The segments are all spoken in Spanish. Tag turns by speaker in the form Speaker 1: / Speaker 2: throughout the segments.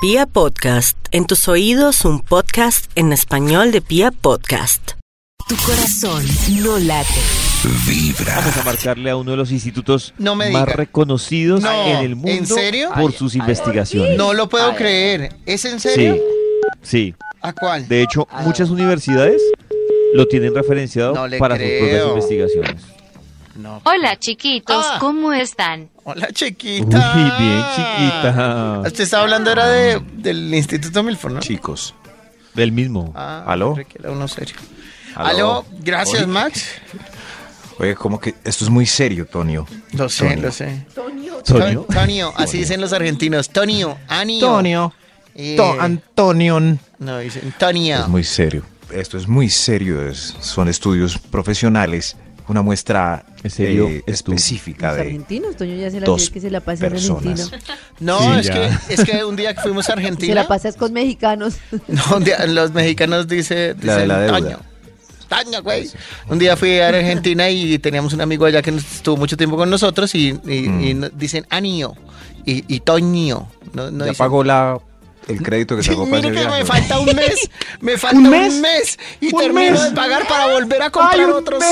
Speaker 1: Pia Podcast, en tus oídos un podcast en español de Pia Podcast.
Speaker 2: Tu corazón no late.
Speaker 3: Vamos a marcarle a uno de los institutos
Speaker 4: No me
Speaker 3: más
Speaker 4: diga.
Speaker 3: reconocidos
Speaker 4: No,
Speaker 3: en el mundo
Speaker 4: ¿en serio?
Speaker 3: por
Speaker 4: Ay,
Speaker 3: sus investigaciones.
Speaker 4: No lo puedo creer. ¿Es en serio?
Speaker 3: sí, sí.
Speaker 4: ¿A cuál?
Speaker 3: De hecho, muchas universidades lo tienen referenciado
Speaker 4: No le
Speaker 3: para sus propias
Speaker 4: creo.
Speaker 3: investigaciones.
Speaker 4: No.
Speaker 5: Hola chiquitos,
Speaker 4: Ah.
Speaker 5: ¿cómo están?
Speaker 4: Hola,
Speaker 3: Uy,
Speaker 4: chiquita. Ah.
Speaker 3: bien chiquita.
Speaker 4: Usted estaba hablando era de, del Instituto Milford, ¿no?
Speaker 6: chicos.
Speaker 3: Del mismo.
Speaker 4: Ah,
Speaker 6: ¿Aló?
Speaker 4: creo que era uno serio. Aló, gracias,
Speaker 6: Oye,
Speaker 4: Max.
Speaker 6: Oye, como que esto es muy serio, Tonio.
Speaker 4: Lo sé,
Speaker 6: Tonio.
Speaker 4: lo sé.
Speaker 3: Antonio.
Speaker 4: Ton- Tonio, así dicen los argentinos. Tonio, Anio. Eh,
Speaker 6: Antonion.
Speaker 4: no, dicen
Speaker 6: Es
Speaker 4: Tonio.
Speaker 6: muy serio. Esto es muy serio. es- son estudios profesionales. Una muestra
Speaker 3: ¿En serio?
Speaker 6: eh,
Speaker 3: Estu-
Speaker 6: específica
Speaker 7: Los
Speaker 6: de
Speaker 7: argentinos, Toño ya se la
Speaker 6: dos
Speaker 7: cree que se la pasa en
Speaker 6: personas.
Speaker 7: argentino.
Speaker 4: No,
Speaker 3: Sí,
Speaker 4: es,
Speaker 3: ya.
Speaker 4: que, es que un día que fuimos a
Speaker 7: Se
Speaker 4: Argentina,
Speaker 7: la pasas con mexicanos.
Speaker 4: no, un día- los mexicanos dice,
Speaker 6: La de
Speaker 4: dicen
Speaker 6: la deuda.
Speaker 4: Tonio. Taña, güey. Un día fui a Argentina y teníamos un amigo allá que nos- estuvo mucho tiempo con nosotros y, y-
Speaker 6: Mm.
Speaker 4: y nos dicen Anio y, y Toño. No, no
Speaker 6: ya
Speaker 4: dicen-
Speaker 6: pagó la, el crédito que
Speaker 4: Sí,
Speaker 6: sacó para
Speaker 4: mire
Speaker 6: ese
Speaker 4: que
Speaker 6: viaje.
Speaker 4: me falta un mes, me falta un mes, y termino de pagar para volver a comprar otros.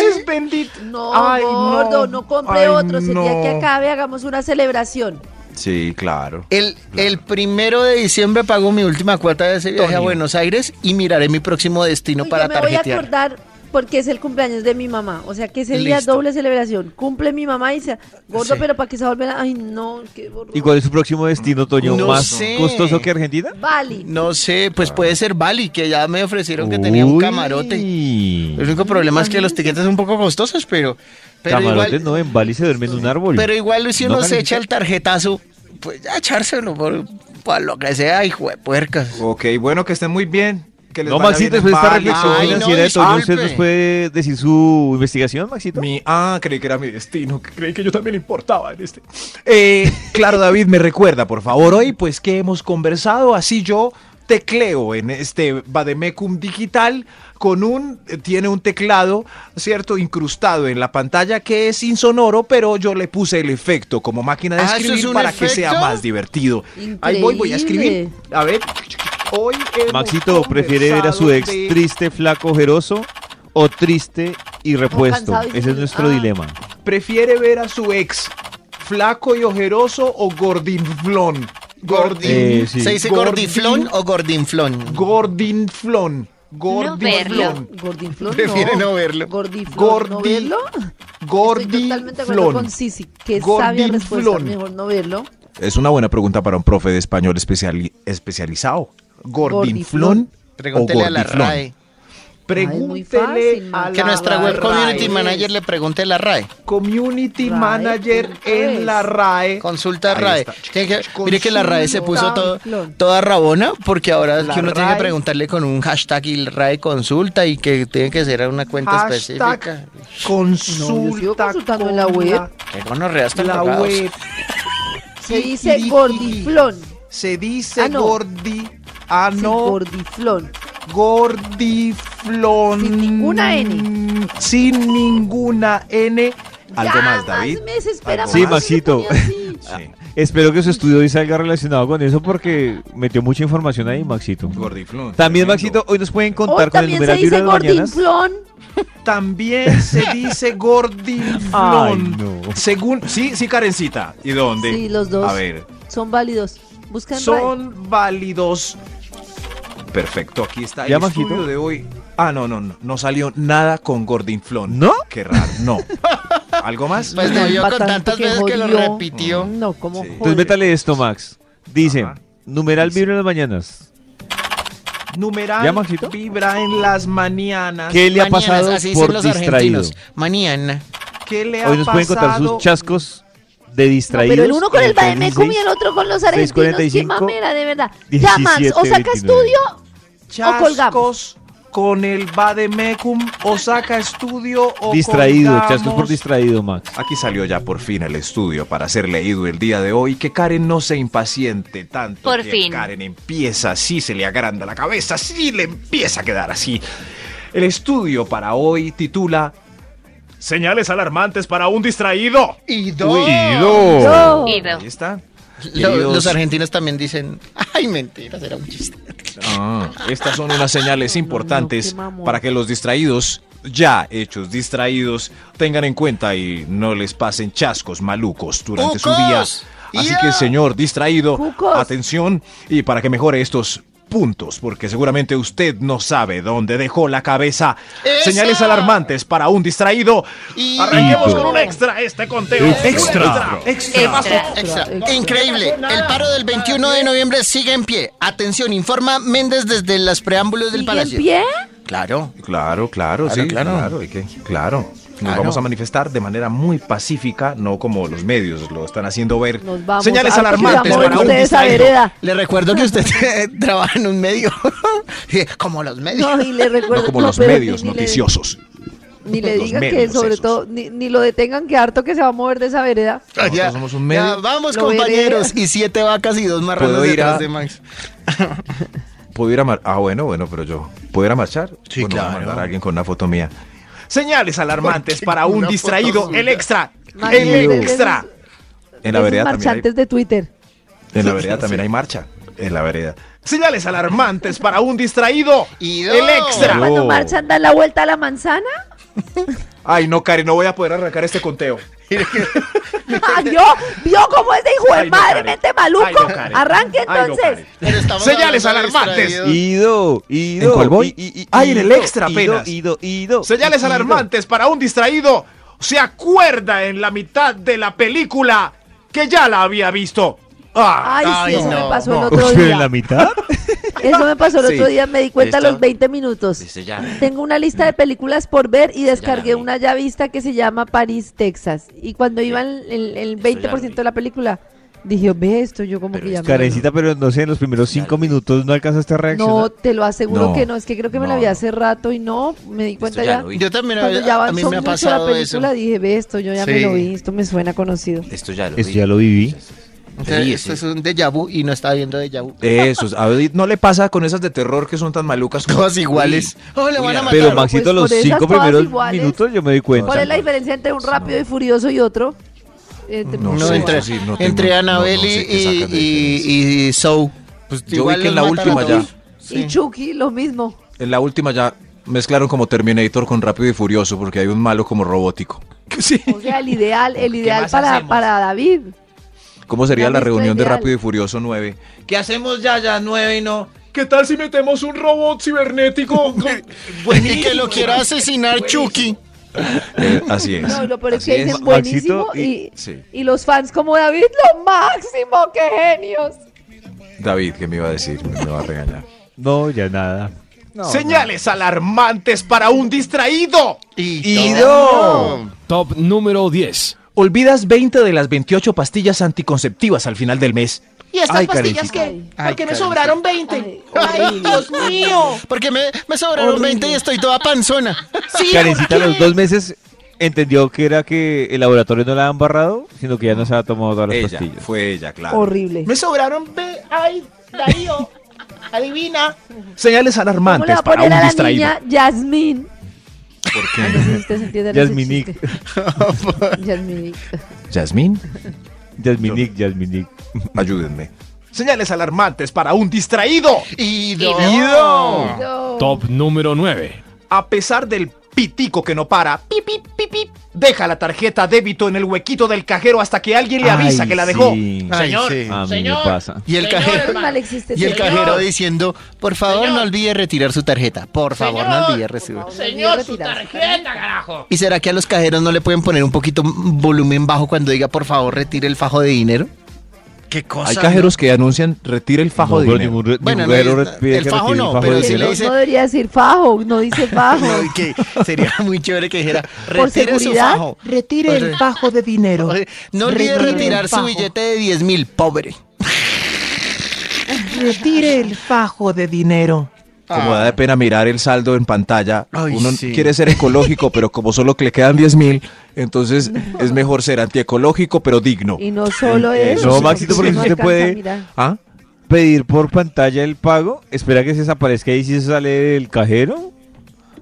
Speaker 7: No, gordo, no, compre
Speaker 6: Ay,
Speaker 7: otros. El día
Speaker 6: no.
Speaker 7: que acabe, hagamos una celebración.
Speaker 6: Sí, claro.
Speaker 4: El, el primero de diciembre pago mi última cuota de ese viaje a Buenos Aires y miraré mi próximo destino
Speaker 7: Uy,
Speaker 4: para
Speaker 7: yo me voy a
Speaker 4: tarjetear.
Speaker 7: acordar porque es el cumpleaños de mi mamá. O sea que ese día es
Speaker 4: Listo.
Speaker 7: doble celebración. Cumple mi mamá y dice,
Speaker 4: Sí.
Speaker 7: gordo, pero para que se vuelva. la- Ay, no, qué horror.
Speaker 3: ¿Y cuál es su próximo destino, Toño?
Speaker 4: No
Speaker 3: ¿Más
Speaker 4: sé.
Speaker 3: costoso que Argentina?
Speaker 7: Bali.
Speaker 4: No sé, pues puede ser Bali, que ya me ofrecieron que tenía un
Speaker 3: Uy.
Speaker 4: camarote. El único problema es que los tiquetes son un poco costosos, pero, pero
Speaker 3: Camarotes
Speaker 4: igual,
Speaker 3: no, en Bali se duerme en un árbol.
Speaker 4: pero igual si
Speaker 3: No
Speaker 4: uno se
Speaker 3: califica.
Speaker 4: echa el tarjetazo, pues ya echárselo por, por lo que sea, hijo de puercas.
Speaker 6: Ok, bueno, que estén muy bien. Que les
Speaker 3: No,
Speaker 6: vaya
Speaker 3: Maxito,
Speaker 6: bien en
Speaker 3: después de esta
Speaker 6: Bali,
Speaker 3: reflexión
Speaker 4: Ay,
Speaker 6: todo.
Speaker 4: no,
Speaker 3: financiera de Toño, ¿usted nos
Speaker 4: disculpe.
Speaker 3: puede decir su investigación, Maxito?
Speaker 6: Mi, ah, creí que era mi destino, que creí que yo también le importaba en este. Eh, claro, David, me recuerda, por favor, hoy pues que hemos conversado, así yo tecleo en este Bademecum digital con un, eh, tiene un teclado, ¿cierto?, incrustado en la pantalla que es insonoro, pero yo le puse el efecto como máquina de
Speaker 4: Ah, ¿eso
Speaker 6: escribir
Speaker 4: es un
Speaker 6: para que
Speaker 4: efecto?
Speaker 6: sea más divertido. Ahí voy, voy a escribir. A ver, hoy hemos
Speaker 3: Maxito, ¿prefiere ver a su ex
Speaker 6: conversado de-
Speaker 3: triste, flaco, ojeroso o triste y repuesto?
Speaker 7: cansado
Speaker 3: Ese
Speaker 7: y
Speaker 3: es
Speaker 7: sin-
Speaker 3: nuestro
Speaker 7: ah.
Speaker 3: dilema.
Speaker 6: prefiere ver a su ex flaco y ojeroso o gordinflón?
Speaker 4: Gordin.
Speaker 3: Eh, sí.
Speaker 4: ¿Se dice
Speaker 6: Gordin.
Speaker 4: gordiflón o gordinflón?
Speaker 6: Gordinflón.
Speaker 5: verlo.
Speaker 6: Gordinflón.
Speaker 7: Gordinflón.
Speaker 4: Prefiere no verlo.
Speaker 7: Gordinflón. ¿No
Speaker 6: Gordi-
Speaker 7: verlo? Estoy totalmente de acuerdo
Speaker 6: Gordinflón.
Speaker 7: con Sisi. Qué sabia respuesta.
Speaker 6: Gordinflón.
Speaker 7: Mejor no verlo.
Speaker 6: Es una buena pregunta para un profe de español especiali- especializado. Gordinflón. o
Speaker 4: Pregúntele a la
Speaker 6: gordiflón.
Speaker 4: RAE.
Speaker 7: muy fácil,
Speaker 6: Pregúntele a
Speaker 7: Max.
Speaker 6: la
Speaker 4: Que nuestra web community
Speaker 6: RAE.
Speaker 4: manager le pregunte a la RAE.
Speaker 6: Community
Speaker 7: RAE
Speaker 6: manager
Speaker 7: punto es.
Speaker 6: en la RAE.
Speaker 4: Consulta a
Speaker 6: Ahí
Speaker 4: RAE.
Speaker 6: está.
Speaker 4: Tiene que- mire que la RAE se puso todo-
Speaker 7: Consulta.
Speaker 4: toda rabona porque ahora
Speaker 6: La
Speaker 4: que uno tiene que
Speaker 6: RAE.
Speaker 4: preguntarle con un hashtag y RAE consulta y que tiene que ser a una cuenta específica.
Speaker 6: Hashtag consulta
Speaker 7: consultando
Speaker 6: con
Speaker 7: en la web.
Speaker 6: la-
Speaker 4: Que gonorrea están
Speaker 6: La
Speaker 4: cagados.
Speaker 6: web.
Speaker 7: Se dice gordiflón.
Speaker 6: Se dice
Speaker 7: Ah, no.
Speaker 6: gordi. Ah,
Speaker 7: Sí,
Speaker 6: no.
Speaker 7: gordiflón.
Speaker 6: Gordiflón.
Speaker 7: Sin ninguna N.
Speaker 6: Sin ninguna N. Algo
Speaker 7: Ya,
Speaker 6: más, David.
Speaker 7: Me desespera
Speaker 6: ¿Algo
Speaker 3: Sí,
Speaker 6: más?
Speaker 3: Maxito.
Speaker 6: Sí.
Speaker 3: Espero que su estudio hoy salga relacionado con eso porque metió mucha información ahí, Maxito.
Speaker 6: Gordiflón.
Speaker 3: También,
Speaker 6: tremendo.
Speaker 3: Maxito, hoy nos pueden
Speaker 7: Hoy
Speaker 3: contar con el
Speaker 7: también se
Speaker 3: numeral libro
Speaker 7: dice
Speaker 3: de mañanas.
Speaker 7: gordinflón.
Speaker 6: También se dice gordiflón.
Speaker 3: Ay, no.
Speaker 6: Según. Sí, sí, Karencita. ¿Y dónde?
Speaker 7: Sí, los dos.
Speaker 6: A ver.
Speaker 7: Son válidos. Buscan RAE.
Speaker 6: Son válidos. Perfecto, aquí está
Speaker 3: ¿Ya,
Speaker 6: el
Speaker 3: Maxito?
Speaker 6: estudio de hoy. Ah, no, no, no. No salió nada con Gordinflón.
Speaker 3: ¿No?
Speaker 6: Qué raro. No. ¿Algo más?
Speaker 4: Pues no, yo con
Speaker 7: Bastante
Speaker 4: tantas
Speaker 7: que
Speaker 4: veces que lo
Speaker 7: jodió. Mm,
Speaker 4: repitió.
Speaker 7: No, como
Speaker 6: Sí.
Speaker 3: Entonces, métale esto, Max. Dice,
Speaker 6: Ajá.
Speaker 3: numeral
Speaker 6: Dice.
Speaker 3: libro de las mañanas.
Speaker 6: Numeral
Speaker 3: ¿Ya, Maxito?
Speaker 6: vibra en las mañanas.
Speaker 3: ¿Qué le ha
Speaker 4: Mañanas,
Speaker 3: pasado
Speaker 4: así dicen
Speaker 3: por
Speaker 4: los
Speaker 3: distraído?
Speaker 4: argentinos. Mañana.
Speaker 6: ¿Qué le ha
Speaker 3: Hoy nos pueden contar
Speaker 6: pasado?
Speaker 3: sus chascos de
Speaker 7: No,
Speaker 3: distraídos.
Speaker 7: pero el uno con el
Speaker 3: en
Speaker 7: Bademecum y el otro con los argentinos. Qué
Speaker 3: 6:45,
Speaker 7: mamera, de verdad. Ya, Max, o
Speaker 3: 17,
Speaker 7: saca
Speaker 3: 29.
Speaker 7: estudio o colgamos.
Speaker 6: Chascos con el Bademecum, Osaka Studio o
Speaker 3: Distraído, chascos por
Speaker 6: colgamos.
Speaker 3: distraído, Max.
Speaker 6: Aquí salió ya por fin el estudio para ser leído el día de hoy. Que Karen no se impaciente tanto.
Speaker 5: Por
Speaker 6: que
Speaker 5: fin.
Speaker 6: Karen empieza, sí se le agranda la cabeza, sí le empieza a quedar así. El estudio para hoy titula Señales alarmantes para un distraído.
Speaker 4: Ido.
Speaker 3: Ido.
Speaker 7: Yo.
Speaker 5: Ido.
Speaker 6: Ahí está.
Speaker 4: Lo-
Speaker 6: Queridos-
Speaker 4: los argentinos también dicen. Ay, mentira, era un chiste.
Speaker 6: Ah, estas son unas señales
Speaker 7: No, no, no,
Speaker 6: importantes
Speaker 7: qué mamón.
Speaker 6: para que los distraídos, ya hechos distraídos, tengan en cuenta y no les pasen chascos malucos durante su día.
Speaker 4: ¡Cucos!
Speaker 6: Así
Speaker 4: ¡Ya!
Speaker 6: que, señor distraído,
Speaker 7: ¡Cucos!
Speaker 6: atención y para que mejore estos puntos, porque seguramente usted no sabe dónde dejó la cabeza.
Speaker 4: ¡Esa!
Speaker 6: Señales alarmantes para un distraído.
Speaker 4: Y-
Speaker 6: Arranquemos con un extra este conteo.
Speaker 8: Extra.
Speaker 7: Extra,
Speaker 4: Extra. Increíble. El paro del 21 de noviembre sigue en pie. Atención, informa Méndez desde los preámbulos del
Speaker 7: ¿Sigue
Speaker 4: Palacio.
Speaker 7: en pie?
Speaker 4: Claro.
Speaker 6: Claro, claro,
Speaker 4: Claro,
Speaker 6: sí,
Speaker 4: claro.
Speaker 6: claro, hay que- claro. Nos
Speaker 4: Claro.
Speaker 6: vamos a manifestar de manera muy pacífica, no como los medios lo están haciendo ver.
Speaker 7: Nos vamos.
Speaker 6: Señales
Speaker 7: Ay, que
Speaker 6: alarmantes
Speaker 7: llamó
Speaker 6: para un
Speaker 7: ustedes a
Speaker 6: distraído.
Speaker 7: vereda.
Speaker 4: Le recuerdo que usted trabaja en un medio. Como los medios.
Speaker 7: No, y le recuerdo.
Speaker 6: No como los
Speaker 7: pero
Speaker 6: medios
Speaker 7: ni le-
Speaker 6: noticiosos.
Speaker 7: Ni le
Speaker 6: Los
Speaker 7: digan que,
Speaker 6: medios
Speaker 7: sobre
Speaker 6: esos.
Speaker 7: todo, ni, ni lo detengan, que harto que se va a mover de esa vereda.
Speaker 6: Nosotros
Speaker 4: Ya,
Speaker 6: somos un medio.
Speaker 4: ya, vamos,
Speaker 7: Lo
Speaker 4: compañeros. Y siete vacas y dos marranos
Speaker 6: ¿Puedo ir
Speaker 4: detrás
Speaker 6: a-
Speaker 4: de Max.
Speaker 6: ¿Puedo ir a marchar? Ah, bueno, bueno, pero yo. ¿Puedo ir a marchar?
Speaker 4: Sí,
Speaker 6: Bueno, voy a
Speaker 4: claro.
Speaker 6: mandar a alguien con una foto mía. Señales alarmantes para un
Speaker 4: Una
Speaker 6: distraído.
Speaker 4: foto
Speaker 6: El
Speaker 4: suya.
Speaker 6: extra.
Speaker 7: Imagínate,
Speaker 6: El
Speaker 7: de esos-
Speaker 6: extra. En la
Speaker 7: Esos
Speaker 6: vereda también hay-
Speaker 7: marchantes de Twitter.
Speaker 6: En la vereda también hay marcha. En la vereda. Señales alarmantes para un distraído.
Speaker 4: Y
Speaker 6: El
Speaker 4: dos.
Speaker 6: extra.
Speaker 7: Cuando marchan, dan la vuelta a la manzana.
Speaker 6: Ay, no, Karen, no voy a poder arrancar este conteo.
Speaker 7: Ah, ¿Vio? ¿Vio cómo es de hijo de
Speaker 6: Ay, no,
Speaker 7: madre,
Speaker 6: Karen.
Speaker 7: mente maluco?
Speaker 6: Ay, no, Karen.
Speaker 7: Arranque
Speaker 6: Ay, no,
Speaker 7: entonces.
Speaker 6: Karen.
Speaker 4: Pero estamos
Speaker 6: Señales
Speaker 4: hablando de
Speaker 6: alarmantes.
Speaker 4: distraídos.
Speaker 3: Ido, Ido.
Speaker 6: ¿En cuál voy?
Speaker 3: I- i-
Speaker 6: Ah, en el
Speaker 3: ido,
Speaker 6: extra
Speaker 3: ido,
Speaker 6: apenas.
Speaker 3: Ido, Ido.
Speaker 6: Señales
Speaker 3: ido.
Speaker 6: alarmantes para un distraído. Se acuerda en la mitad de la película que ya la había visto. Ah,
Speaker 7: Ay,
Speaker 4: Ay,
Speaker 7: sí, eso
Speaker 4: no,
Speaker 7: me pasó
Speaker 6: no.
Speaker 7: el otro
Speaker 3: Uy, ¿pero en
Speaker 7: día.
Speaker 3: la mitad?
Speaker 7: Eso me pasó el
Speaker 3: Sí.
Speaker 7: otro día, me di cuenta a
Speaker 3: Listo.
Speaker 7: los 20 minutos.
Speaker 3: Listo, ya.
Speaker 7: Tengo una lista de películas por ver y descargué
Speaker 3: vi.
Speaker 7: una ya vista que se llama París, Texas. Y cuando iban
Speaker 3: Esto
Speaker 7: el, el
Speaker 3: ya la
Speaker 7: 20%
Speaker 3: vi.
Speaker 7: de la película, dije, ve esto, yo como que ya me-
Speaker 3: Karencita, pero no sé, en los primeros cinco minutos no alcanzaste a reaccionar.
Speaker 7: No, te lo aseguro
Speaker 6: No.
Speaker 7: que no, es que creo que me la
Speaker 6: No,
Speaker 7: vi
Speaker 6: no.
Speaker 7: hace rato y no, me di cuenta ya.
Speaker 4: Yo también,
Speaker 7: Cuando ya
Speaker 4: a, a
Speaker 7: avanzó
Speaker 4: mí me ha
Speaker 7: mucho
Speaker 4: pasado
Speaker 7: la
Speaker 4: eso.
Speaker 7: película, dije, ve esto, yo ya me
Speaker 4: Sí.
Speaker 7: lo vi, esto me suena conocido.
Speaker 9: Esto ya lo
Speaker 3: Esto
Speaker 9: vi.
Speaker 3: ya lo viví.
Speaker 4: O sea,
Speaker 9: Sí,
Speaker 4: esto
Speaker 9: sí.
Speaker 4: es un déjà vu y no estaba viendo déjà vu.
Speaker 6: Eso, a David no le pasa con esas de terror que son tan malucas. como-
Speaker 4: Todas iguales. Oh, le van a matar.
Speaker 3: Pero
Speaker 7: Max-
Speaker 3: Maxito,
Speaker 7: pues,
Speaker 3: los
Speaker 7: por esas
Speaker 3: cinco
Speaker 7: todas
Speaker 3: primeros
Speaker 7: iguales.
Speaker 3: minutos yo me di cuenta.
Speaker 7: ¿Cuál es la diferencia entre un rápido y furioso y otro? Eh, te-
Speaker 6: No
Speaker 4: No,
Speaker 6: sé,
Speaker 4: entre,
Speaker 6: sí, no tengo-
Speaker 4: entre
Speaker 6: no- no
Speaker 4: Annabelle
Speaker 6: sé qué
Speaker 4: y,
Speaker 6: sacan de
Speaker 4: y, y Soul. Pues
Speaker 6: Yo vi que en la última ya.
Speaker 7: Y Chucky, lo mismo.
Speaker 6: En la última ya mezclaron como Terminator con Rápido y Furioso porque hay un malo como robótico. Sí.
Speaker 7: O sea, el ideal, el ideal
Speaker 6: más
Speaker 7: para,
Speaker 6: hacemos?
Speaker 7: para David.
Speaker 6: ¿Cómo sería
Speaker 7: Ya
Speaker 6: la
Speaker 7: listo,
Speaker 6: reunión de
Speaker 7: ideal.
Speaker 6: Rápido y Furioso 9? ¿Qué hacemos ya, ya 9 y no? ¿Qué tal si metemos un robot cibernético?
Speaker 4: Y que lo quiera asesinar
Speaker 7: Pues,
Speaker 4: Chucky.
Speaker 6: Eh, así es.
Speaker 7: No, lo peor es
Speaker 6: así
Speaker 7: que
Speaker 6: es.
Speaker 7: dicen buenísimo
Speaker 3: Maxito
Speaker 7: y,
Speaker 3: y-
Speaker 6: sí.
Speaker 7: y los fans como David, lo máximo, qué genios.
Speaker 6: David, ¿qué me iba a decir? Me va a regañar.
Speaker 3: No, ya nada.
Speaker 6: Señales alarmantes para un distraído.
Speaker 4: Y
Speaker 8: Top número 10.
Speaker 6: Olvidas 20 de las 28 pastillas anticonceptivas al final del mes.
Speaker 10: ¿Y estas
Speaker 6: Ay,
Speaker 10: pastillas
Speaker 6: Karencita.
Speaker 10: qué?
Speaker 4: Ay,
Speaker 10: Porque me
Speaker 4: Karencita.
Speaker 10: sobraron 20.
Speaker 7: Ay,
Speaker 10: Ay, Dios mío.
Speaker 4: Porque me, me sobraron
Speaker 7: Horrible.
Speaker 4: 20 y estoy toda panzona.
Speaker 10: Sí,
Speaker 3: Karencita, a
Speaker 10: ¿por qué?
Speaker 3: los dos meses entendió que era que el laboratorio no la han barrado, sino que ya no se ha tomado todas las
Speaker 6: Ella,
Speaker 3: pastillas.
Speaker 6: fue ella, claro.
Speaker 7: Horrible.
Speaker 10: Me sobraron 20. Ay, Darío. Adivina.
Speaker 6: Señales
Speaker 7: ¿Cómo le va
Speaker 6: alarmantes
Speaker 7: a
Speaker 6: para
Speaker 7: poner
Speaker 6: un
Speaker 7: a la
Speaker 6: distraído.
Speaker 7: niña Yasmín?
Speaker 6: ¿Por
Speaker 7: Ah,
Speaker 6: qué?
Speaker 7: no sé si ustedes entienden ese
Speaker 3: Yasminique.
Speaker 7: chiste. Yasminique.
Speaker 6: ¿Yasmín?
Speaker 3: Yasminic, Yasminic.
Speaker 6: Ayúdenme. Señales alarmantes para un distraído.
Speaker 4: Y
Speaker 7: No.
Speaker 8: Top número 9.
Speaker 6: A pesar del pitico que no para, pip, pip, pip, pip, deja la tarjeta débito en el huequito del cajero hasta que alguien le avisa
Speaker 3: Ay,
Speaker 6: que la dejó.
Speaker 3: sí.
Speaker 4: Señor.
Speaker 3: A mí me
Speaker 10: Señor. Ah.
Speaker 3: pasa.
Speaker 4: Y el
Speaker 10: Señor,
Speaker 4: cajero.
Speaker 10: hermano.
Speaker 7: Mal existe
Speaker 4: Y el
Speaker 7: ese-
Speaker 4: cajero diciendo, por favor no olvide retirar su tarjeta. Por favor no
Speaker 10: Señor.
Speaker 4: olvide recibir.
Speaker 7: Por favor.
Speaker 10: Señor, su
Speaker 7: Retirada, su
Speaker 10: tarjeta, carajo.
Speaker 4: ¿Y será que a los cajeros no le pueden poner un poquito volumen bajo cuando diga, por favor retire el fajo de dinero? ¿Qué cosa?
Speaker 6: Hay cajeros que anuncian retire el fajo
Speaker 3: No,
Speaker 6: de
Speaker 3: pero
Speaker 6: dinero.
Speaker 3: ningún re-
Speaker 4: Bueno,
Speaker 3: ningún
Speaker 4: no,
Speaker 3: héroe
Speaker 4: el-
Speaker 3: pide
Speaker 4: el
Speaker 3: que
Speaker 4: fajo
Speaker 3: retire
Speaker 4: no,
Speaker 3: el fajo
Speaker 4: pero
Speaker 3: de
Speaker 4: si le
Speaker 7: No,
Speaker 3: dinero.
Speaker 4: dice-
Speaker 7: no debería decir fajo, no dice fajo.
Speaker 4: No, y que sería muy chévere que dijera,
Speaker 7: Por
Speaker 4: retire su
Speaker 7: seguridad,
Speaker 4: fajo.
Speaker 10: Retire
Speaker 4: el
Speaker 10: fajo de dinero.
Speaker 4: eh, No olvide
Speaker 10: Retire el
Speaker 4: retirar su
Speaker 10: fajo.
Speaker 4: billete de 10 mil, pobre.
Speaker 10: Retire el fajo de dinero.
Speaker 6: Como da de pena mirar el saldo en pantalla.
Speaker 4: Ah. Ay,
Speaker 6: Uno
Speaker 4: sí.
Speaker 6: quiere ser ecológico, pero como solo que le quedan 10 mil, entonces es mejor ser antiecológico, pero digno.
Speaker 7: Y no solo eso.
Speaker 3: No, Maxito, porque
Speaker 7: no
Speaker 3: si usted
Speaker 7: alcanza a
Speaker 3: puede-
Speaker 7: mirar.
Speaker 6: ¿Ah?
Speaker 3: Pedir por pantalla el pago, espera que se desaparezca y si se sale del cajero.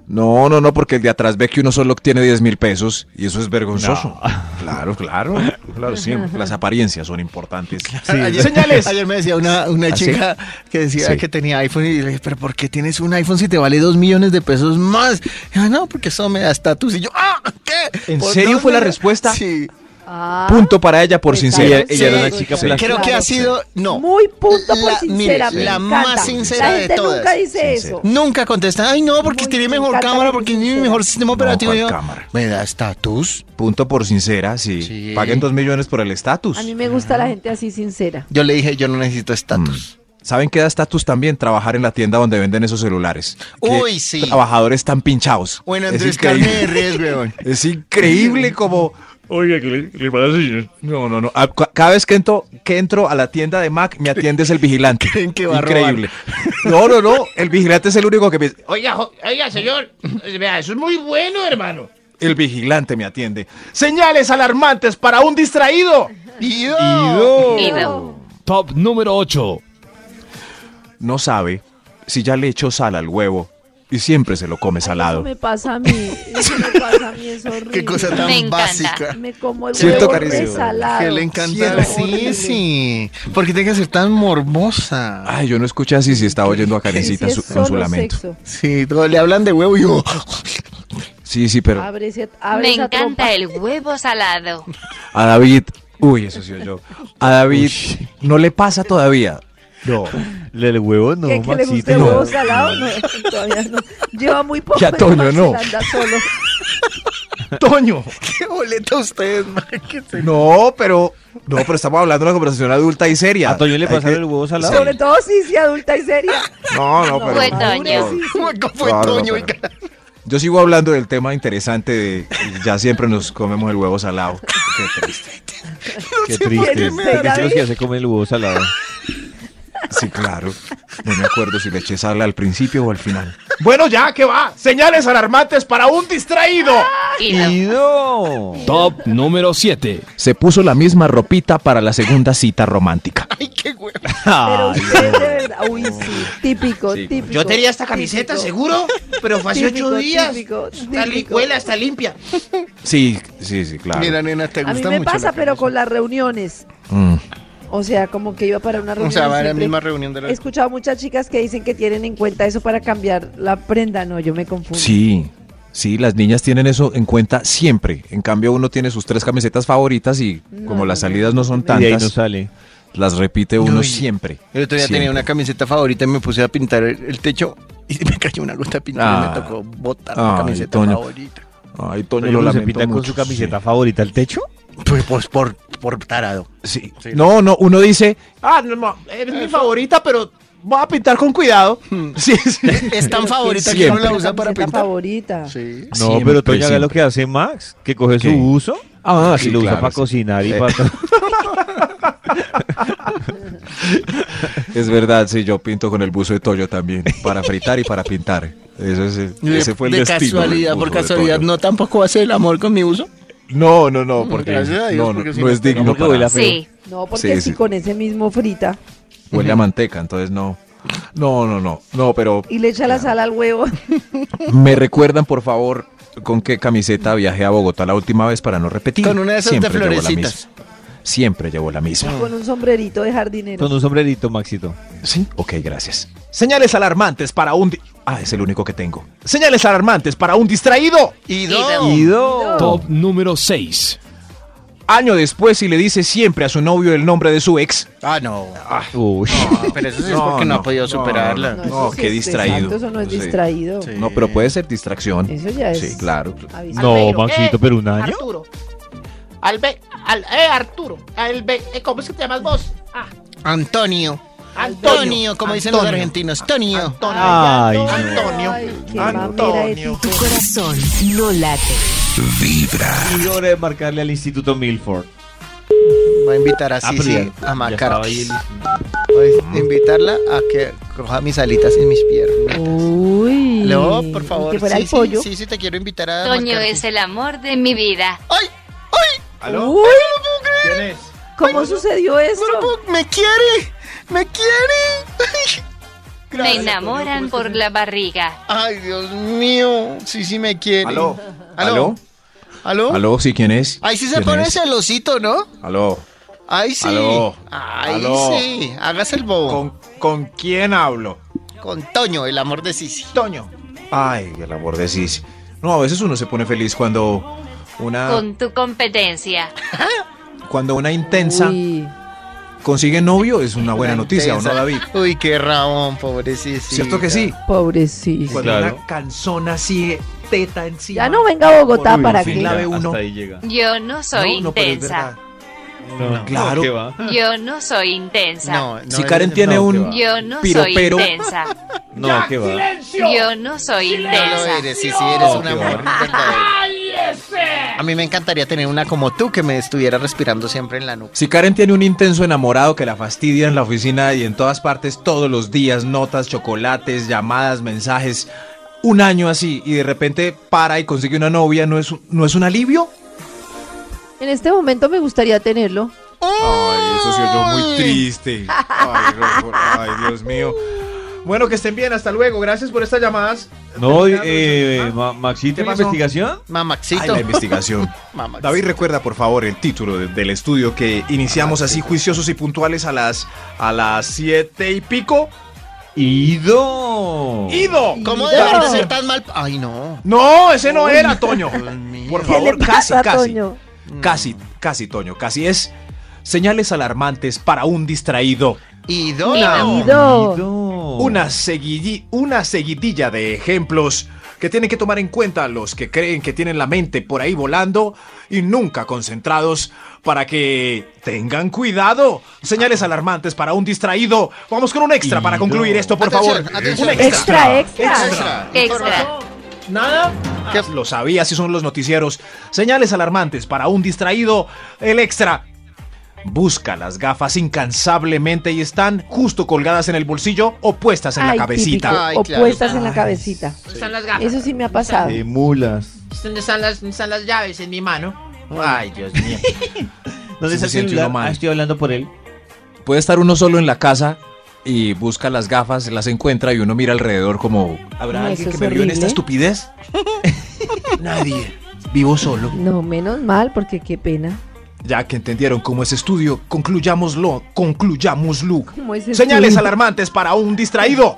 Speaker 9: No, no, no, porque el de atrás ve que uno solo tiene 10 mil pesos y eso es vergonzoso. Claro, claro, claro, siempre. Las apariencias son importantes.
Speaker 4: Ayer,
Speaker 9: Señales.
Speaker 4: Ayer me decía una, una
Speaker 9: ¿Ah, sí?
Speaker 4: chica que decía
Speaker 9: Sí.
Speaker 4: que tenía iPhone y le dije, pero ¿por qué tienes un iPhone si te vale dos millones de pesos más? Y yo, no, porque eso me da estatus. Y yo, ¡ah! ¿Qué?
Speaker 9: ¿En
Speaker 4: ¿Por
Speaker 9: serio
Speaker 4: dos
Speaker 9: fue la
Speaker 4: millones?
Speaker 9: respuesta?
Speaker 4: Sí.
Speaker 7: Ah,
Speaker 9: Punto para ella por
Speaker 7: Exacto.
Speaker 9: sinceridad.
Speaker 3: Ella- ella era una
Speaker 4: Sí,
Speaker 3: chica
Speaker 4: sí.
Speaker 3: plástica.
Speaker 4: Creo que ha sido, no.
Speaker 7: Muy punto por
Speaker 4: La- mire,
Speaker 7: sincera. me
Speaker 4: la
Speaker 7: encanta.
Speaker 4: más sincera
Speaker 7: La
Speaker 4: de
Speaker 7: gente
Speaker 4: todas.
Speaker 7: nunca dice eso.
Speaker 4: Nunca contesta, ay no, porque
Speaker 7: Muy
Speaker 4: tiene mejor
Speaker 7: encanta
Speaker 4: cámara,
Speaker 7: la
Speaker 4: porque
Speaker 7: gente
Speaker 4: tiene
Speaker 7: sincera.
Speaker 4: mejor sistema operativo.
Speaker 9: ¿cuál
Speaker 4: Y yo,
Speaker 9: cámara?
Speaker 4: ¿Me da estatus?
Speaker 9: Punto por sincera, sí.
Speaker 4: Sí.
Speaker 9: Paguen dos millones por el estatus.
Speaker 7: A mí me gusta la gente así sincera.
Speaker 4: Yo le dije, yo no necesito
Speaker 9: Mm.
Speaker 4: estatus.
Speaker 9: ¿Saben qué da estatus también? Trabajar en la tienda donde venden esos celulares. Qué
Speaker 4: Uy, sí.
Speaker 9: Trabajadores tan pinchados.
Speaker 4: Bueno,
Speaker 9: Es
Speaker 4: Andrés, carne
Speaker 9: increíble.
Speaker 4: de res, weón.
Speaker 9: Es increíble como...
Speaker 6: Oiga, ¿qué le, le pasa, señor?
Speaker 9: No, no, no. A- ca- Cada vez que entro, que entro a la tienda de Mac, me atiende es el vigilante.
Speaker 4: Creen que va a robar.
Speaker 9: Increíble. No, no, no. El vigilante es el único que me...
Speaker 10: Oiga, jo- oiga, señor. Vea, eso es muy bueno, hermano.
Speaker 9: El vigilante me atiende. Señales alarmantes para un distraído.
Speaker 4: Ido.
Speaker 6: Top número 8.
Speaker 9: No sabe si ya le echó sal al huevo y siempre se lo come
Speaker 7: Eso
Speaker 9: salado.
Speaker 7: me pasa a mí. Eso me pasa a mí. Es horrible.
Speaker 4: Qué cosa tan
Speaker 5: Me encanta.
Speaker 4: básica.
Speaker 7: Me como el
Speaker 9: Siento
Speaker 7: huevo
Speaker 9: cariño.
Speaker 7: resalado.
Speaker 4: Que le encanta. Sí,
Speaker 7: Horrible.
Speaker 4: sí. Porque tiene que ser tan morbosa.
Speaker 9: Ay, yo no escuché así si estaba oyendo a
Speaker 7: Sí, sí,
Speaker 9: Karencita
Speaker 7: es
Speaker 9: en su- en su
Speaker 7: solo
Speaker 9: lamento.
Speaker 7: sexo.
Speaker 4: Sí, todo- le hablan de huevo y yo.
Speaker 9: Sí, sí, pero
Speaker 7: Abre ese, abre
Speaker 5: Me
Speaker 7: esa
Speaker 5: encanta
Speaker 7: trompa.
Speaker 5: el huevo salado.
Speaker 9: a David, uy, eso sí yo. A David no le pasa todavía.
Speaker 3: No, el huevo no,
Speaker 7: ¿Qué, que le guste el
Speaker 3: no.
Speaker 7: huevo salado? No, todavía no. Lleva muy poco.
Speaker 9: Ya,
Speaker 7: pero
Speaker 9: Toño, no.
Speaker 7: Marcela Anda solo.
Speaker 9: Toño.
Speaker 4: ¿Qué boleta ustedes, man? ¿Qué se-
Speaker 9: No, pero no, pero estamos hablando de una conversación adulta y seria.
Speaker 3: ¿A Toño le
Speaker 9: Hay que-
Speaker 3: pasaron el huevo salado?
Speaker 7: Sobre todo si es adulta y seria.
Speaker 9: No, no,
Speaker 5: Fue
Speaker 9: pero
Speaker 5: Toño.
Speaker 7: Sí, sí.
Speaker 4: ¿Cómo fue
Speaker 9: Claro, no,
Speaker 4: Toño?
Speaker 9: pero-
Speaker 4: oiga?
Speaker 9: yo sigo hablando del tema interesante de ya siempre nos comemos el huevo salado. Qué triste.
Speaker 3: Qué triste.
Speaker 7: qué me da
Speaker 3: Porque son los
Speaker 7: risa.
Speaker 3: que se comen el huevo salado.
Speaker 9: Sí, claro. No me acuerdo si le eché sal al principio o al final.
Speaker 6: Bueno, ya, ¿qué va? Señales alarmantes para un distraído.
Speaker 5: Y no.
Speaker 3: no.
Speaker 6: Top número 7.
Speaker 9: Se puso la misma ropita para la segunda cita romántica.
Speaker 4: Ay, qué huevo.
Speaker 7: Pero ustedes de verdad. Uy, sí. Típico, típico.
Speaker 10: Yo tenía esta camiseta,
Speaker 7: típico.
Speaker 10: seguro, pero fue hace
Speaker 7: Típico,
Speaker 10: ocho días.
Speaker 7: típico,
Speaker 10: Está
Speaker 7: típico.
Speaker 10: licuela, está limpia.
Speaker 9: Sí, sí, sí, claro.
Speaker 4: Mira, nena, te
Speaker 7: A mí
Speaker 4: gusta
Speaker 7: me
Speaker 4: mucho
Speaker 7: pasa,
Speaker 4: la
Speaker 7: pero
Speaker 4: camisa.
Speaker 7: con las reuniones.
Speaker 9: Mm.
Speaker 7: O sea, como que iba para una reunión.
Speaker 4: O sea,
Speaker 7: y
Speaker 4: va a la
Speaker 7: siempre
Speaker 4: misma reunión de la.
Speaker 7: He escuchado muchas chicas que dicen que tienen en cuenta eso para cambiar la prenda. No, yo me confundo.
Speaker 9: Sí, sí, las niñas tienen eso en cuenta siempre. En cambio, uno tiene sus tres camisetas favoritas y
Speaker 7: No,
Speaker 9: como las
Speaker 7: no, no,
Speaker 9: salidas no son
Speaker 3: Y de ahí no
Speaker 9: tantas,
Speaker 3: sale.
Speaker 9: las repite uno
Speaker 4: Uy.
Speaker 9: siempre.
Speaker 4: El otro día tenía una camiseta favorita y me puse a pintar el, el techo y me cayó una gota de pintura
Speaker 9: Ah.
Speaker 4: y me tocó botar
Speaker 9: Ay,
Speaker 4: la camiseta
Speaker 9: Toño.
Speaker 4: favorita.
Speaker 9: Ay, Toño,
Speaker 3: Pero
Speaker 9: lo
Speaker 3: uno se
Speaker 9: lamento
Speaker 3: pinta con
Speaker 9: mucho,
Speaker 3: su camiseta
Speaker 9: sí.
Speaker 3: favorita al techo.
Speaker 4: Pues, pues, por, por tarado.
Speaker 9: Sí. No, no, uno dice,
Speaker 10: Ah, no, no, es mi favorita, pero voy a pintar con cuidado.
Speaker 9: sí, sí.
Speaker 4: Es tan favorita que
Speaker 9: Siempre.
Speaker 4: no la usa
Speaker 7: Camiseta
Speaker 4: para pintar.
Speaker 7: favorita.
Speaker 4: Sí.
Speaker 3: No,
Speaker 9: Siempre,
Speaker 3: pero Toño haga
Speaker 9: siempre.
Speaker 3: lo que hace Max, que coge
Speaker 9: ¿Qué?
Speaker 3: su uso
Speaker 9: Ah,
Speaker 3: y lo usa
Speaker 9: claro,
Speaker 3: para
Speaker 9: sí.
Speaker 3: cocinar y
Speaker 9: Eh.
Speaker 3: para...
Speaker 9: Es verdad, sí, yo pinto con el buzo de Toño también, para fritar y para pintar. Eso es,
Speaker 4: De,
Speaker 9: ese fue el
Speaker 4: de
Speaker 9: destino del
Speaker 4: casualidad, por
Speaker 9: buzo de
Speaker 4: casualidad,
Speaker 9: Toño.
Speaker 4: no tampoco hace el amor con mi uso.
Speaker 9: No, no, no, porque
Speaker 4: Gracias a Dios,
Speaker 9: no, no,
Speaker 4: porque si
Speaker 9: no
Speaker 4: no-
Speaker 9: es digno
Speaker 3: porque
Speaker 9: para-
Speaker 3: huele a-
Speaker 5: Sí.
Speaker 7: No, porque
Speaker 9: Sí,
Speaker 7: si
Speaker 9: sí.
Speaker 7: con ese mismo frita
Speaker 9: huele a manteca, entonces no. No, no, no, no, pero
Speaker 7: y le echa la sal al huevo.
Speaker 9: Me recuerdan, por favor, con qué camiseta viajé a Bogotá la última vez para no repetir.
Speaker 4: Con una de esas de
Speaker 9: llevo la
Speaker 4: florecitas. Ah.
Speaker 9: misma. Siempre llevo la misma.
Speaker 7: con un sombrerito de jardinero.
Speaker 3: Con un sombrerito, Maxito.
Speaker 9: Sí, ok, gracias. Señales alarmantes para un... di- ah, es el único que tengo. Señales alarmantes para un distraído.
Speaker 4: Y
Speaker 5: Ido.
Speaker 7: No.
Speaker 6: Top número 6.
Speaker 9: Año después y le dice siempre a su novio el nombre de su ex.
Speaker 4: Ah, no.
Speaker 3: Uy.
Speaker 4: Pero eso sí es porque no, ha podido superarla.
Speaker 7: No,
Speaker 9: No,
Speaker 7: eso sí
Speaker 9: qué
Speaker 7: es-
Speaker 9: distraído.
Speaker 7: exacto, eso no es
Speaker 9: Sí.
Speaker 7: distraído.
Speaker 4: Sí.
Speaker 9: No, pero puede ser distracción.
Speaker 7: Eso ya es.
Speaker 9: Sí, claro.
Speaker 7: aviso.
Speaker 3: No,
Speaker 10: Albeiro.
Speaker 3: Maxito,
Speaker 10: Eh,
Speaker 3: pero un año.
Speaker 10: Arturo. Albe, al, eh, Arturo. Albe, eh, ¿Cómo es que te llamas vos? Ah,
Speaker 4: Antonio.
Speaker 10: Antonio.
Speaker 4: Antonio, como dicen los
Speaker 10: Antonio.
Speaker 4: argentinos. Antonio.
Speaker 10: Antonio.
Speaker 3: Ay, no.
Speaker 10: Antonio.
Speaker 7: Ay, qué mamera de
Speaker 10: Antonio.
Speaker 7: tipo.
Speaker 2: Tu corazón no late.
Speaker 3: Y hora de marcarle al Instituto Milford. Ah,
Speaker 4: Va a invitar
Speaker 9: Ah,
Speaker 4: a Sisi
Speaker 3: ya-
Speaker 4: a
Speaker 3: ya estaba
Speaker 4: Macar.
Speaker 3: ahí el-
Speaker 4: Va a invitarla a que coja mis alitas en mis piernas.
Speaker 7: Uy.
Speaker 4: No, por
Speaker 7: y
Speaker 4: favor.
Speaker 7: Que fuera
Speaker 4: sí,
Speaker 7: el pollo.
Speaker 4: Sí, sí, sí, te quiero invitar a.
Speaker 5: Toño
Speaker 4: Macar.
Speaker 5: es el amor de mi vida.
Speaker 4: ¡Ay!
Speaker 7: Uy. ¿Cómo sucedió eso?
Speaker 4: ¡Me quiere! ¡Me quiere!
Speaker 6: Claro,
Speaker 5: me
Speaker 6: ya,
Speaker 5: enamoran por la barriga.
Speaker 4: Ay, Dios mío. Sí, sí me quieren.
Speaker 6: Aló.
Speaker 4: Aló. Aló.
Speaker 9: ¿Aló? ¿Sí quién es?
Speaker 4: Ahí sí se
Speaker 9: ¿Quién
Speaker 4: pone
Speaker 9: es?
Speaker 4: celosito, ¿no?
Speaker 9: ¿Aló?
Speaker 4: Ahí sí.
Speaker 9: Aló.
Speaker 4: Ahí
Speaker 9: Aló.
Speaker 4: sí. Hágase el bobo.
Speaker 9: ¿Con, ¿Con quién hablo?
Speaker 4: Con... Toño, el amor de Sisi.
Speaker 9: Toño. Ay, el amor de Sisi. No, a veces uno se pone feliz cuando una,
Speaker 5: Con tu competencia.
Speaker 9: cuando una intensa
Speaker 7: Uy,
Speaker 9: consigue novio. Es una buena noticia, ¿o no, David?
Speaker 4: Uy, qué Ramón, pobre Sisi.
Speaker 9: ¿Cierto que sí?
Speaker 7: pobrecito.
Speaker 9: Cuando
Speaker 3: Claro.
Speaker 9: una canzona así, eh, teta encima.
Speaker 7: Ya no venga a Bogotá
Speaker 9: Uy,
Speaker 7: para
Speaker 9: sí,
Speaker 7: que
Speaker 9: la
Speaker 3: ya,
Speaker 9: ve uno.
Speaker 3: Hasta ahí llega.
Speaker 5: Yo no soy
Speaker 9: No, no, pero es
Speaker 5: intensa.
Speaker 9: verdad.
Speaker 3: No,
Speaker 9: Claro.
Speaker 3: ¿qué va?
Speaker 5: Yo no soy intensa.
Speaker 4: No, no,
Speaker 9: si Karen tiene
Speaker 3: no, qué
Speaker 9: un
Speaker 3: va.
Speaker 5: Yo no soy
Speaker 9: Piropero.
Speaker 5: intensa.
Speaker 3: No, ¿qué va?
Speaker 6: ¡Silencio!
Speaker 5: Yo no soy
Speaker 4: No lo
Speaker 5: intensa.
Speaker 4: eres, Sisi, eres
Speaker 9: Oh,
Speaker 3: No,
Speaker 4: un
Speaker 3: qué
Speaker 4: amor. verdadero. A mí me encantaría tener una como tú que me estuviera respirando siempre en la nuca.
Speaker 9: Si Karen tiene un intenso enamorado que la fastidia en la oficina y en todas partes todos los días, notas, chocolates, llamadas, mensajes, un año así y de repente para y consigue una novia, ¿no es, un- no es un alivio?
Speaker 7: En este momento me gustaría tenerlo.
Speaker 9: Ay, eso se oyó muy triste. Ay, Rodolfo, ay, Dios mío.
Speaker 6: Bueno, que estén bien, hasta luego. Gracias por estas llamadas.
Speaker 3: No,
Speaker 6: Ricardo,
Speaker 3: eh,
Speaker 6: ¿ah?
Speaker 3: Ma- Maxito,
Speaker 9: ¿Qué
Speaker 3: ¿una
Speaker 9: pasó?
Speaker 3: investigación?
Speaker 9: Ay,
Speaker 4: Mamaxito.
Speaker 9: la investigación.
Speaker 4: Mamaxito.
Speaker 9: David, recuerda por favor el título de- del estudio que iniciamos así juiciosos y puntuales a las a las siete y pico. Oh.
Speaker 3: Ido.
Speaker 6: ¡Ido!
Speaker 4: ¿Cómo
Speaker 7: Mira.
Speaker 4: dejaron de ser tan mal? Ay, no.
Speaker 6: No, ese no era, Toño.
Speaker 4: Dios mío.
Speaker 9: Por
Speaker 7: ¿Qué le
Speaker 9: favor, casi,
Speaker 7: pasa,
Speaker 9: casi. Mm.
Speaker 7: Toño?
Speaker 9: Casi, casi, Toño, casi es. Señales alarmantes para un distraído.
Speaker 4: Y
Speaker 5: Ido.
Speaker 4: Dona.
Speaker 7: Ido.
Speaker 4: Oh.
Speaker 9: Una, seguidi- una seguidilla de ejemplos que tienen que tomar en cuenta los que creen que tienen la mente por ahí volando y nunca concentrados para que tengan cuidado. Señales
Speaker 4: Ah.
Speaker 9: alarmantes para un distraído. Vamos con un extra para concluir esto, por
Speaker 4: Atención,
Speaker 9: favor.
Speaker 4: atención.
Speaker 9: Un
Speaker 7: Extra, extra.
Speaker 4: Extra.
Speaker 5: Extra.
Speaker 9: Nada. Ah, Lo sabía, si son los noticieros. Señales alarmantes para un distraído. El extra. Busca las gafas incansablemente y están justo colgadas en el bolsillo o puestas en
Speaker 7: Ay,
Speaker 9: la cabecita.
Speaker 7: típico.
Speaker 4: Ay,
Speaker 7: o
Speaker 4: claro.
Speaker 7: puestas en la cabecita.
Speaker 10: Están las gafas.
Speaker 7: Eso sí me ha pasado.
Speaker 3: Eh, mulas.
Speaker 10: ¿Dónde están las, dónde están las llaves en mi mano?
Speaker 9: Ay, Dios
Speaker 3: ¿Dónde
Speaker 9: mío. Sí,
Speaker 3: está
Speaker 9: me
Speaker 3: el
Speaker 9: siento
Speaker 3: celular?
Speaker 9: uno mal.
Speaker 3: Ah, estoy hablando por él.
Speaker 9: Puede estar uno solo en la casa y busca las gafas, las encuentra y uno mira alrededor como... ¿Habrá
Speaker 7: No,
Speaker 9: alguien
Speaker 7: eso
Speaker 9: que
Speaker 7: es
Speaker 9: me vio en esta
Speaker 7: horrible.
Speaker 9: estupidez? Nadie. Vivo solo.
Speaker 7: No, menos mal, porque qué pena.
Speaker 9: Ya que entendieron cómo es estudio, concluyámoslo, concluyámoslo.
Speaker 7: ¿Cómo es estudio?
Speaker 9: Señales alarmantes para un distraído.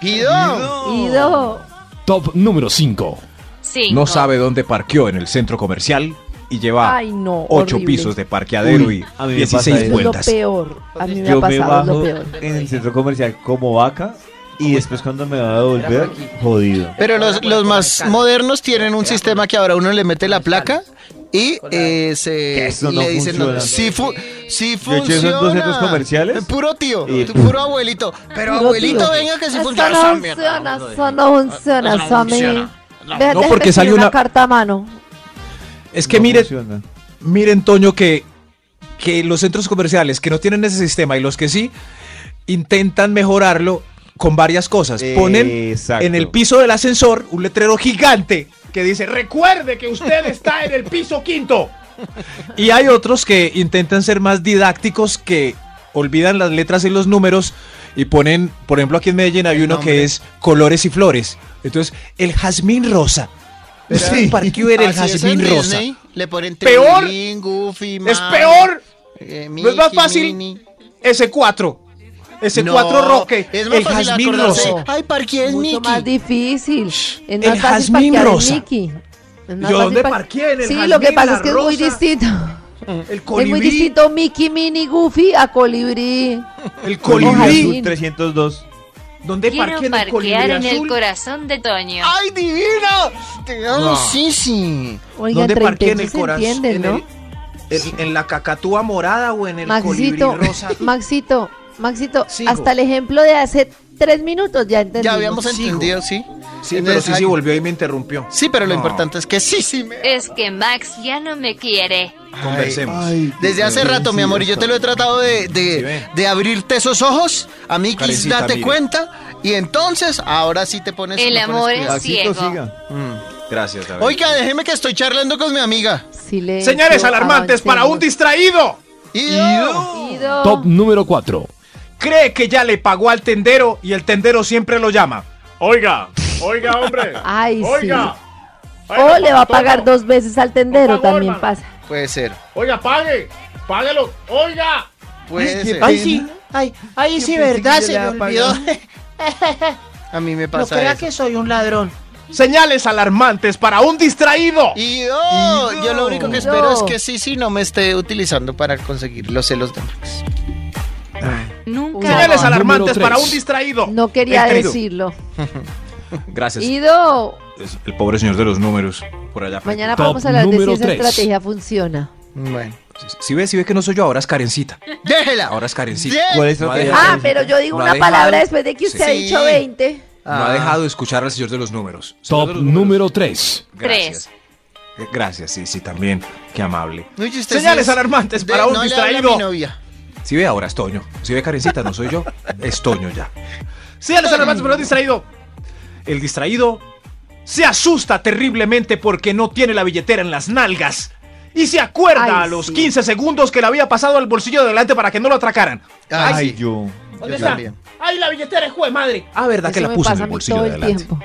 Speaker 4: Ido.
Speaker 7: Ido.
Speaker 11: Top número 5.
Speaker 5: Cinco.
Speaker 9: No sabe dónde parqueó en el centro comercial y lleva
Speaker 7: Ay, no,
Speaker 9: ocho
Speaker 7: horrible.
Speaker 9: pisos de parqueadero
Speaker 3: Uy, a
Speaker 9: y
Speaker 3: mí me pasa
Speaker 7: Eso
Speaker 9: 16
Speaker 7: es
Speaker 3: eso.
Speaker 7: lo
Speaker 9: vueltas.
Speaker 7: peor. A mí me ha
Speaker 3: Yo me
Speaker 7: pasado es lo
Speaker 3: bajo
Speaker 7: peor.
Speaker 3: en el centro comercial como vaca y después cuando me va a devolver, jodido.
Speaker 4: Pero los, los más modernos tienen un sistema que ahora uno le mete la placa y eh, se
Speaker 3: Eso no
Speaker 4: le dicen
Speaker 3: funciona.
Speaker 4: sí, fu- sí
Speaker 3: Yo he hecho eso en
Speaker 4: funciona.
Speaker 3: dos centros comerciales.
Speaker 4: Puro tío,
Speaker 3: Y-
Speaker 4: tú, puro abuelito. Pero
Speaker 7: Puro
Speaker 4: abuelito,
Speaker 7: tío.
Speaker 4: venga que sí
Speaker 7: Eso
Speaker 4: funciona.
Speaker 7: no
Speaker 4: esa mierda.
Speaker 7: funciona, eso no funciona, eso a mí. Ve,
Speaker 9: No,
Speaker 7: déjame
Speaker 9: porque salió
Speaker 7: escribir
Speaker 9: una-
Speaker 7: carta a mano.
Speaker 9: Es que
Speaker 3: No
Speaker 9: mire,
Speaker 3: funciona.
Speaker 9: miren, Toño, que, que los centros comerciales que no tienen ese sistema y los que sí, intentan mejorarlo con varias cosas. Ponen
Speaker 3: Exacto.
Speaker 9: en el piso del ascensor un letrero gigante que dice
Speaker 6: Recuerde que usted está en el piso quinto.
Speaker 9: Y hay otros que intentan ser más didácticos que olvidan las letras y los números y ponen, por ejemplo, aquí en Medellín hay uno que es colores y flores. Entonces, el jazmín rosa. Sí. Parqueó era el
Speaker 4: Así es
Speaker 9: jazmín
Speaker 4: en
Speaker 9: rosa.
Speaker 4: Disney, Le ponen
Speaker 6: Peor.
Speaker 4: Trilín, Goofy,
Speaker 6: ¡Es
Speaker 4: Mao,
Speaker 6: peor!
Speaker 4: eh,
Speaker 6: ¿No es más
Speaker 4: Mickey,
Speaker 6: fácil?
Speaker 4: Minnie.
Speaker 9: Ese 4. Ese
Speaker 4: No,
Speaker 9: 4 roque.
Speaker 4: Es más
Speaker 9: el
Speaker 4: fácil
Speaker 9: jazmín
Speaker 4: acordarse.
Speaker 9: rosa.
Speaker 4: Ay, parqué es
Speaker 7: Mucho
Speaker 4: Mickey.
Speaker 7: más difícil. Es más
Speaker 9: El
Speaker 7: fácil
Speaker 9: jazmín
Speaker 7: parquear en
Speaker 9: rosa.
Speaker 7: Mickey. Es más
Speaker 9: Yo,
Speaker 7: fácil
Speaker 9: ¿dónde
Speaker 7: par-
Speaker 9: parqué? En el
Speaker 7: Sí, lo
Speaker 9: jazmín,
Speaker 7: que pasa
Speaker 9: la
Speaker 7: es que es muy
Speaker 9: rosa.
Speaker 7: distinto.
Speaker 9: El
Speaker 7: Es muy
Speaker 9: colibrí.
Speaker 7: distinto Mickey, Mini, Goofy a Colibrí.
Speaker 9: El
Speaker 3: Colibrí
Speaker 7: Ojalá.
Speaker 9: colibrí.
Speaker 3: Azul 302.
Speaker 9: ¿Dónde
Speaker 5: Quiero
Speaker 9: parquean el colibrí
Speaker 5: parquear en el
Speaker 9: azul?
Speaker 5: corazón de Toño.
Speaker 4: ¡Ay, divino! Te amo,
Speaker 9: No.
Speaker 4: sí, sí.
Speaker 7: Oigan,
Speaker 9: ¿Dónde parquean
Speaker 7: 30
Speaker 9: el
Speaker 7: se
Speaker 9: corazón?
Speaker 7: entienden,
Speaker 9: en,
Speaker 7: ¿no?
Speaker 9: el- en- en la cacatúa morada o en el
Speaker 7: Maxito,
Speaker 9: colibrí rosa.
Speaker 7: Maxito, Maxito,
Speaker 9: Sigo.
Speaker 7: hasta el ejemplo de hace tres minutos ya entendimos.
Speaker 4: Ya habíamos
Speaker 9: Sigo.
Speaker 4: entendido, sí.
Speaker 9: Sí, pero
Speaker 4: Entonces,
Speaker 9: sí, sí
Speaker 4: ay,
Speaker 9: volvió y me interrumpió.
Speaker 4: Sí, pero lo
Speaker 9: No.
Speaker 4: importante es que sí, sí me.
Speaker 5: Es que Max ya no me quiere.
Speaker 9: Conversemos.
Speaker 4: Desde hace rato, mi amor, y yo te lo he tratado de, de-
Speaker 9: Sí, ve.
Speaker 4: de abrirte esos ojos, a mí
Speaker 9: Karencita,
Speaker 4: date
Speaker 9: mire.
Speaker 4: cuenta, y entonces ahora sí te pones.
Speaker 5: El
Speaker 4: me pones
Speaker 5: amor
Speaker 4: cuidado.
Speaker 5: es
Speaker 3: Maxito,
Speaker 5: ciego.
Speaker 3: siga.
Speaker 9: Gracias, David.
Speaker 4: Oiga, déjeme que estoy charlando con mi amiga.
Speaker 7: Silencio,
Speaker 6: Señales alarmantes para un
Speaker 7: avancemos. Oh.
Speaker 6: distraído.
Speaker 4: Y
Speaker 7: Ido.
Speaker 11: Top número 4.
Speaker 9: cree que ya le pagó al tendero y el tendero siempre lo llama.
Speaker 6: Oiga, oiga, hombre.
Speaker 7: Ay, sí.
Speaker 6: oiga.
Speaker 7: O Oh, le va a pagar
Speaker 6: dos
Speaker 7: dos veces al tendero,
Speaker 6: favor,
Speaker 7: también
Speaker 6: mano.
Speaker 7: pasa.
Speaker 4: Puede ser.
Speaker 6: Oiga, pague. Páguelo. Oiga.
Speaker 4: Puede ser.
Speaker 10: Ay, sí, ay, ay, sí, verdad, se me olvidó.
Speaker 4: A mí me
Speaker 10: No
Speaker 4: pasa
Speaker 10: crea
Speaker 4: eso.
Speaker 10: que soy un ladrón.
Speaker 6: Señales alarmantes para un distraído.
Speaker 4: Y oh, yo lo único que
Speaker 7: Y
Speaker 4: espero
Speaker 7: yo.
Speaker 4: es que sí, sí, no me esté utilizando para conseguir los celos de Max.
Speaker 5: Nunca.
Speaker 6: Señales
Speaker 9: Ah,
Speaker 11: Número
Speaker 6: alarmantes para
Speaker 11: tres.
Speaker 6: un distraído.
Speaker 7: No quería
Speaker 9: Entendido.
Speaker 7: decirlo.
Speaker 9: Gracias.
Speaker 7: Ido,
Speaker 9: Es el pobre señor de los números por allá.
Speaker 7: mañana
Speaker 11: Top
Speaker 7: vamos a hablar de si
Speaker 11: número
Speaker 7: esa
Speaker 11: tres.
Speaker 7: estrategia funciona.
Speaker 4: Bueno,
Speaker 9: Si ve, si ve que no soy yo, ahora es Karencita.
Speaker 4: déjela.
Speaker 9: Ahora es Karencita.
Speaker 4: Dé-
Speaker 3: ¿Cuál es
Speaker 9: No
Speaker 3: la
Speaker 9: ha
Speaker 3: otra?
Speaker 9: dejado-
Speaker 7: Ah, pero yo digo
Speaker 9: Lo ha
Speaker 7: una
Speaker 9: dejado.
Speaker 7: palabra después de que usted ha
Speaker 4: Sí.
Speaker 7: dicho 20.
Speaker 9: No
Speaker 4: Ah.
Speaker 9: ha dejado de escuchar al señor de los números. Señor
Speaker 11: Top
Speaker 9: de los números,
Speaker 11: número 3.
Speaker 9: Gracias. Eh, Gracias, sí, sí, también. Qué amable.
Speaker 4: No, y usted
Speaker 9: Señales
Speaker 4: sí es-
Speaker 9: alarmantes
Speaker 4: de-
Speaker 9: para un
Speaker 4: no le hable a
Speaker 9: distraído.
Speaker 4: mi novia.
Speaker 9: Si ve, ahora es Toño. Si ve, Karencita, no soy yo. Es Toño ya.
Speaker 6: Señales alarmantes para un distraído.
Speaker 9: El distraído se asusta terriblemente porque no tiene la billetera en las nalgas. Y se acuerda
Speaker 7: Ay,
Speaker 9: a los
Speaker 7: sí.
Speaker 9: 15 segundos que le había pasado al bolsillo de delante para que no lo atracaran.
Speaker 4: Ay, sí.
Speaker 3: yo.
Speaker 10: ¿Dónde
Speaker 4: Yo
Speaker 10: está?
Speaker 4: también.
Speaker 10: Ay, la billetera, hijo de madre.
Speaker 9: Ah, ¿verdad que
Speaker 7: Eso
Speaker 9: la
Speaker 7: me
Speaker 9: puso en
Speaker 7: pasa
Speaker 9: el
Speaker 7: a mí
Speaker 9: bolsillo
Speaker 7: todo
Speaker 9: de
Speaker 7: el
Speaker 9: delante?
Speaker 7: tiempo.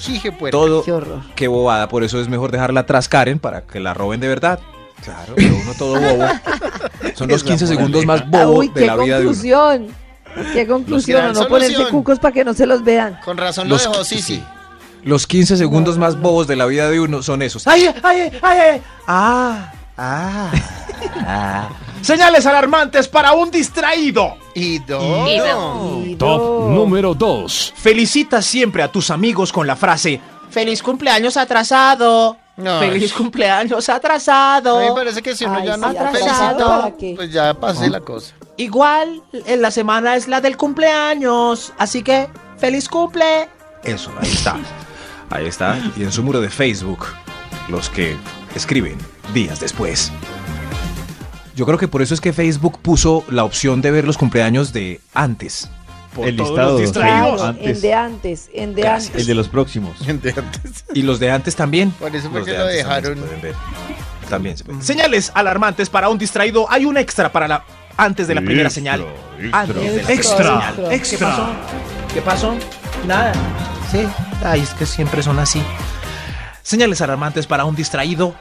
Speaker 4: Jije, puerca.
Speaker 9: Todo.
Speaker 7: Qué horror.
Speaker 9: Qué bobada, por eso es mejor dejarla atrás, Karen, para que la roben de verdad. Claro, pero uno todo bobo. Son los 15 segundos más
Speaker 7: Ah,
Speaker 9: bobo
Speaker 7: Uy,
Speaker 9: de
Speaker 7: qué
Speaker 9: la vida de uno.
Speaker 7: conclusión. Qué conclusión.
Speaker 4: gran
Speaker 7: No ponerse
Speaker 4: solución.
Speaker 7: cucos para que no se los vean.
Speaker 4: Con razón
Speaker 9: Los
Speaker 4: lo dejó,
Speaker 9: qui-
Speaker 4: sí, sí.
Speaker 9: Los 15 segundos más bobos de la vida de uno son esos. ¡Ay, ay, ay! ay! ¡Ah! ¡Ah! ah.
Speaker 6: Señales alarmantes para un distraído.
Speaker 4: Y dos.
Speaker 5: Y
Speaker 11: Top número 2.
Speaker 9: Felicita siempre a tus amigos con la frase
Speaker 10: Feliz cumpleaños atrasado.
Speaker 4: No.
Speaker 10: Feliz cumpleaños
Speaker 4: A mí me
Speaker 10: atrasado.
Speaker 4: parece que si uno
Speaker 7: Ay,
Speaker 4: ya no
Speaker 7: sí,
Speaker 4: está
Speaker 10: atrasado,
Speaker 4: felicitado,
Speaker 7: ¿para qué?
Speaker 4: pues ya pasé la cosa.
Speaker 10: Igual, en la semana es la del cumpleaños. Así que, feliz cumple.
Speaker 9: Eso, ahí está. Ahí está. Y en su muro de Facebook, los que escriben días después. Yo creo que por eso es que Facebook puso la opción de ver los cumpleaños de antes.
Speaker 3: El
Speaker 6: todos
Speaker 3: listado.
Speaker 6: los
Speaker 3: sí,
Speaker 6: distraídos.
Speaker 7: Claro, en
Speaker 3: antes.
Speaker 7: de antes, en de
Speaker 9: Gracias.
Speaker 7: antes.
Speaker 3: El de los próximos.
Speaker 9: Y los de antes también.
Speaker 4: Por eso fue
Speaker 9: Los
Speaker 4: que
Speaker 9: de
Speaker 4: lo
Speaker 9: antes también se
Speaker 4: dejaron.
Speaker 9: pueden ver. También se pueden.
Speaker 6: Señales alarmantes para un distraído. Hay un extra para la antes de la primera señal. Antes de la
Speaker 7: Extra,
Speaker 6: primera señal.
Speaker 7: extra.
Speaker 10: ¿Qué pasó? ¿Qué pasó? Nada.
Speaker 9: Sí. Ay, es que siempre son así. Señales alarmantes para un distraído.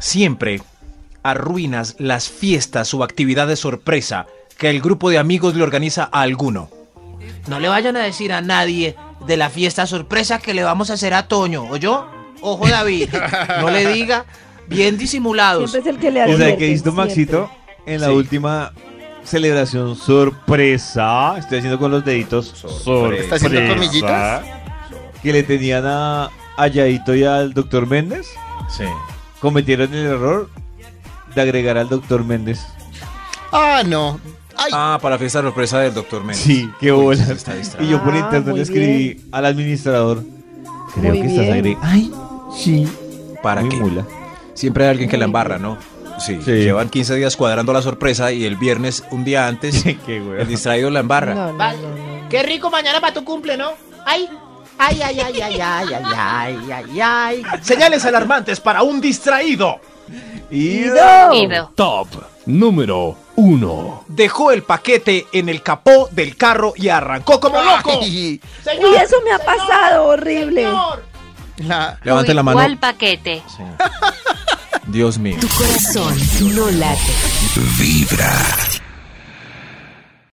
Speaker 9: Siempre arruinas las fiestas o actividades sorpresa que el grupo de amigos le organiza a alguno.
Speaker 10: No le vayan a decir a nadie de la fiesta sorpresa que le vamos a hacer a Toño, ¿o yo? Ojo, David. No le diga. Bien disimulados.
Speaker 7: Siempre es el que le
Speaker 3: O sea,
Speaker 7: advierte,
Speaker 3: que visto Maxito
Speaker 7: siempre.
Speaker 3: en la
Speaker 9: Sí.
Speaker 3: última celebración sorpresa. Estoy haciendo con los deditos. Sorpresa.
Speaker 4: ¿Está haciendo comillitas?
Speaker 3: Que le tenían a, a Yadito y al doctor Méndez.
Speaker 9: Sí.
Speaker 3: Cometieron el error de agregar al doctor Méndez.
Speaker 4: Ah, no. Ay,
Speaker 9: Ah, para la fiesta sorpresa del doctor Méndez.
Speaker 3: Sí, qué
Speaker 9: Uy,
Speaker 3: bolas.
Speaker 9: se está distraído.
Speaker 3: Y yo por
Speaker 7: Ah,
Speaker 3: internet
Speaker 7: muy
Speaker 3: le escribí al administrador. Creo
Speaker 7: Muy
Speaker 3: que estás
Speaker 7: bien.
Speaker 3: agregando. Ay, sí.
Speaker 9: ¿Para
Speaker 3: Muy
Speaker 9: qué?
Speaker 3: mula.
Speaker 9: Siempre hay alguien que la embarra, ¿no? Sí.
Speaker 3: Sí.
Speaker 9: Llevan 15 días cuadrando la sorpresa y el viernes, un día antes,
Speaker 3: qué
Speaker 9: el distraído la embarra.
Speaker 7: No, no,
Speaker 10: Vale.
Speaker 7: no, no.
Speaker 10: Qué rico mañana para tu cumple, ¿no? Ay, ay, ay, ay, ay, ay, ay, ay, ay, ay.
Speaker 6: Señales alarmantes para un distraído.
Speaker 7: Ido.
Speaker 5: Ido.
Speaker 11: Top número 1.
Speaker 9: Dejó el paquete en el capó del carro y arrancó como loco.
Speaker 4: ay,
Speaker 7: Uy, eso me ha pasado horrible.
Speaker 4: la-
Speaker 9: Levante la mano.
Speaker 5: ¿Cuál paquete?
Speaker 9: Dios mío.
Speaker 2: Tu corazón no late.